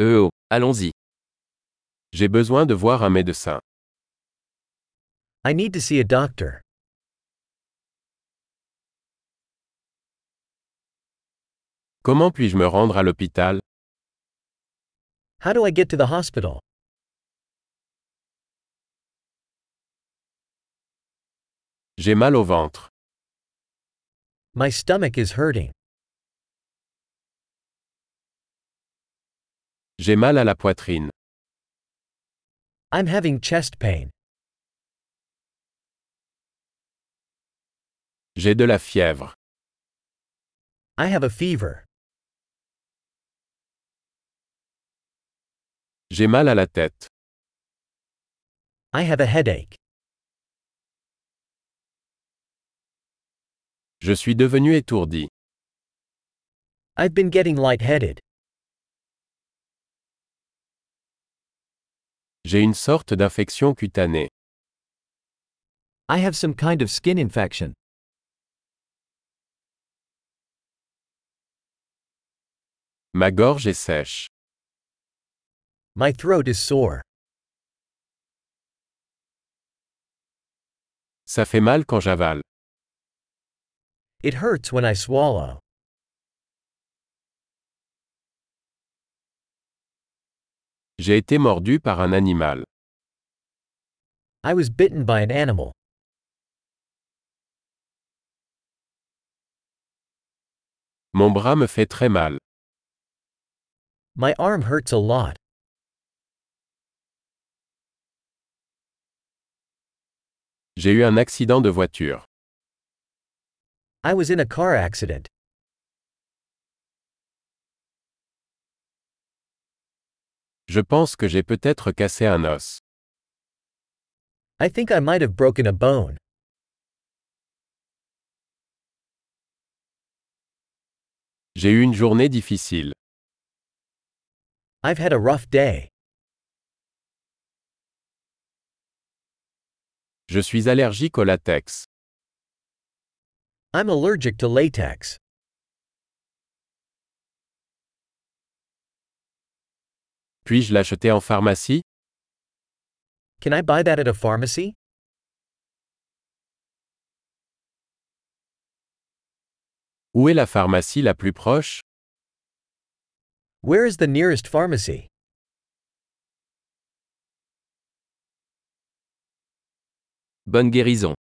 Euh oh, allons-y. J'ai besoin de voir un médecin. I need to see a doctor. Comment puis-je me rendre à l'hôpital How do I get to the hospital? J'ai mal au ventre. My stomach is hurting. J'ai mal à la poitrine. I'm having chest pain. J'ai de la fièvre. I have a fever. J'ai mal à la tête. I have a headache. Je suis devenu étourdi. I've been getting lightheaded. J'ai une sorte d'infection cutanée. I have some kind of skin infection. Ma gorge est sèche. My throat is sore. Ça fait mal quand j'avale. It hurts when I swallow. J'ai été mordu par un animal. I was bitten by an animal. Mon bras me fait très mal. My arm hurts a lot. J'ai eu un accident de voiture. I was in a car accident. Je pense que j'ai peut-être cassé un os. I think I might have broken a bone. J'ai eu une journée difficile. I've had a rough day. Je suis allergique au latex. I'm allergic to latex. Puis-je l'acheter en pharmacie Can I buy that at a pharmacy? Où est la pharmacie la plus proche Where is the nearest pharmacy? Bonne guérison.